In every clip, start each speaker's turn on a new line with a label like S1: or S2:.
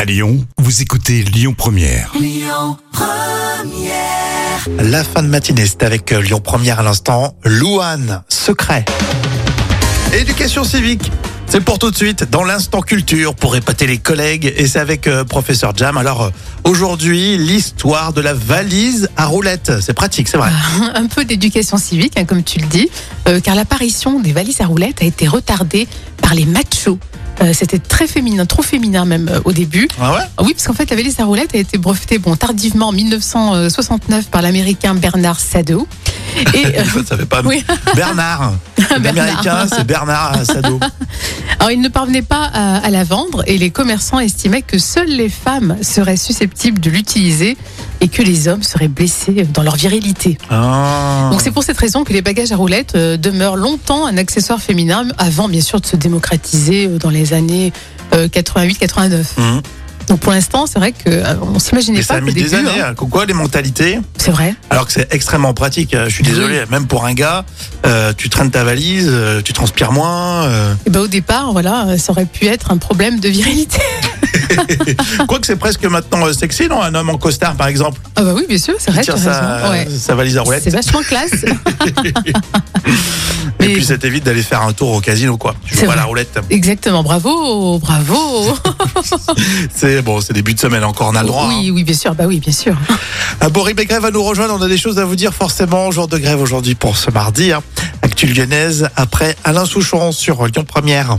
S1: À Lyon, vous écoutez Lyon Première.
S2: La fin de matinée, c'est avec euh, Lyon Première à l'instant. Louane, secret. Éducation civique, c'est pour tout de suite dans l'instant culture pour épater les collègues et c'est avec euh, professeur Jam. Alors euh, aujourd'hui, l'histoire de la valise à roulettes. C'est pratique, c'est vrai.
S3: un peu d'éducation civique, hein, comme tu le dis, euh, car l'apparition des valises à roulettes a été retardée par les machos. Euh, C'était très féminin, trop féminin même euh, au début.
S2: Ah ouais
S3: Ah Oui, parce qu'en fait, la valise à roulettes a été brevetée bon, tardivement en 1969 par l'américain Bernard Sadow. Et, euh,
S2: Je ne savais pas.
S3: oui,
S2: Bernard. L'américain, c'est Bernard Sado.
S3: alors il ne parvenait pas à, à la vendre et les commerçants estimaient que seules les femmes seraient susceptibles de l'utiliser et que les hommes seraient blessés dans leur virilité.
S2: Ah.
S3: Donc c'est pour cette raison que les bagages à roulettes euh, demeurent longtemps un accessoire féminin, avant bien sûr de se démocratiser euh, dans les années 88-89.
S2: Mhm.
S3: Donc pour l'instant, c'est vrai qu'on ne s'imaginait
S2: Mais ça
S3: pas
S2: a
S3: qu'au
S2: mis
S3: début.
S2: des années.
S3: hein,
S2: hein. Quoi, les mentalités
S3: c'est vrai.
S2: Alors que c'est extrêmement pratique. euh, Je suis
S3: Oui.
S2: désolé, même pour un gars, euh, tu traînes ta valise, euh, tu transpires moins. euh.
S3: Et ben, au départ, voilà, euh, ça aurait pu être un problème de virilité.
S2: Quoique c'est presque maintenant euh, sexy, non Un homme en costard, par exemple,
S3: Ah bah oui, bien sûr, c'est
S2: qui
S3: vrai.
S2: tire euh,
S3: tu as
S2: sa,
S3: raison. Ouais.
S2: sa valise à roulette.
S3: C'est vachement classe.
S2: Et
S3: Mais-
S2: puis ça t'évite d'aller faire un tour au casino, quoi. Tu
S3: C'est
S2: joues pas à la
S3: vrai.
S2: roulette.
S3: Exactement, bravo, bravo.
S2: C'est bon, c'est début de semaine encore, on a le droit. hein.
S3: oui, oui, bien sûr, bah oui, bien sûr.
S2: Ah, Boris Bégré va nous rejoindre. On a des choses à vous dire forcément. Jour de grève aujourd'hui pour ce mardi. Hein. Actu lyonnaise après Alain Souchon sur Lyon Première.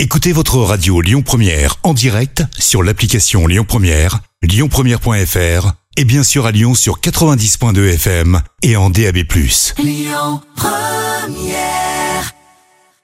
S1: Écoutez votre radio Lyon Première en direct sur l'application Lyon Première, lyonpremière.fr et bien sûr à Lyon sur 90.2 FM et en DAB+.